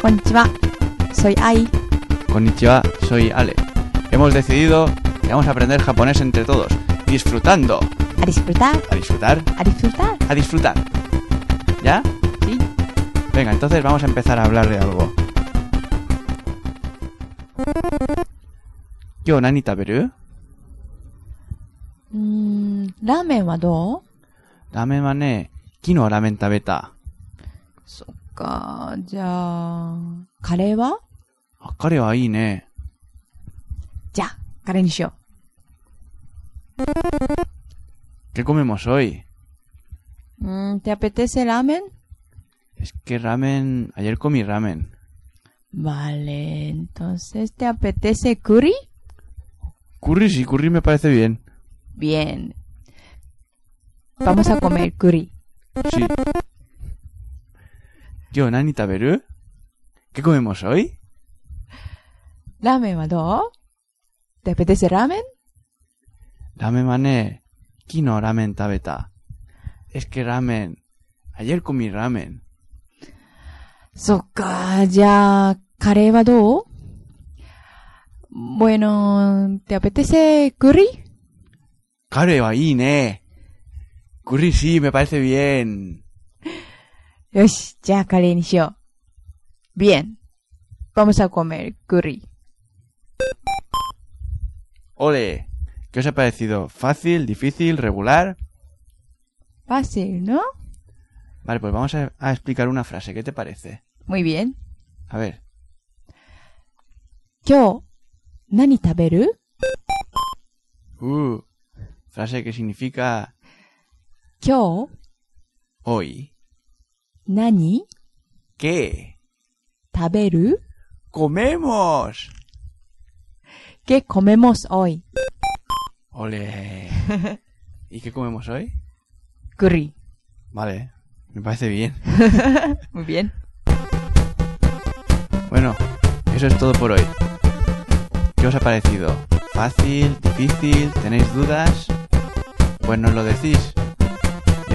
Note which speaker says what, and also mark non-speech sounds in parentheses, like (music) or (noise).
Speaker 1: Konnichiwa, soy Ai.
Speaker 2: Konnichiwa, soy Ale. Hemos decidido que vamos a aprender japonés entre todos, disfrutando.
Speaker 1: A disfrutar,
Speaker 2: A disfrutar,
Speaker 1: a disfrutar.
Speaker 2: a disfrutar. ¿Ya?
Speaker 1: Sí.
Speaker 2: Venga, entonces vamos a empezar a hablar de algo. Yo, nani taberu?
Speaker 1: うーん、ラーメンはどう
Speaker 2: Dame mané. Kino ramen tabeta.
Speaker 1: そっか、じゃあ、カレーは
Speaker 2: Akare wa ii ne.
Speaker 1: じゃあ、カレーにしよ
Speaker 2: ¿Qué comemos hoy?
Speaker 1: う。うーん、te apetece ramen?
Speaker 2: Es que ramen... Ayer comí ramen.
Speaker 1: Vale, entonces te apetece curry?
Speaker 2: Curry sí, curry me parece bien.
Speaker 1: Bien. Vamos a comer curry.
Speaker 2: Sí. Yo, nani taberu? ¿Qué comemos hoy?
Speaker 1: ラーメンはどう ¿Te apetece ramen?
Speaker 2: Ramen mané. Kino ramen tabeta. Es que ramen... Ayer comí ramen.
Speaker 1: そっか、じゃあ、カレーはどう Bueno, ¿te apetece curry?
Speaker 2: Kare wa ii ne. Curry sí, me parece bien.
Speaker 1: よし、じゃあカレーにしよう。Bien. Vamos a comer curry.
Speaker 2: Ole. ¿Qué os ha parecido? ¿Fácil, difícil, regular?
Speaker 1: Fácil, ¿no?
Speaker 2: Vale, pues vamos a, a explicar una frase. ¿Qué te parece?
Speaker 1: Muy bien.
Speaker 2: A ver.
Speaker 1: 今日、何食べる
Speaker 2: Uh, frase que significa
Speaker 1: 今日、
Speaker 2: hoy.
Speaker 1: 何
Speaker 2: ¿Qué?
Speaker 1: 食べる
Speaker 2: ¡Comemos!
Speaker 1: ¿Qué comemos hoy?
Speaker 2: (laughs) Ole. ¿Y qué comemos hoy?
Speaker 1: Curry.
Speaker 2: Vale, me parece bien.
Speaker 1: Muy bien.
Speaker 2: Bueno, eso es todo por hoy. ¿Qué os ha parecido? ¿Fácil? ¿Difícil? ¿Tenéis dudas? Pues nos lo decís. Y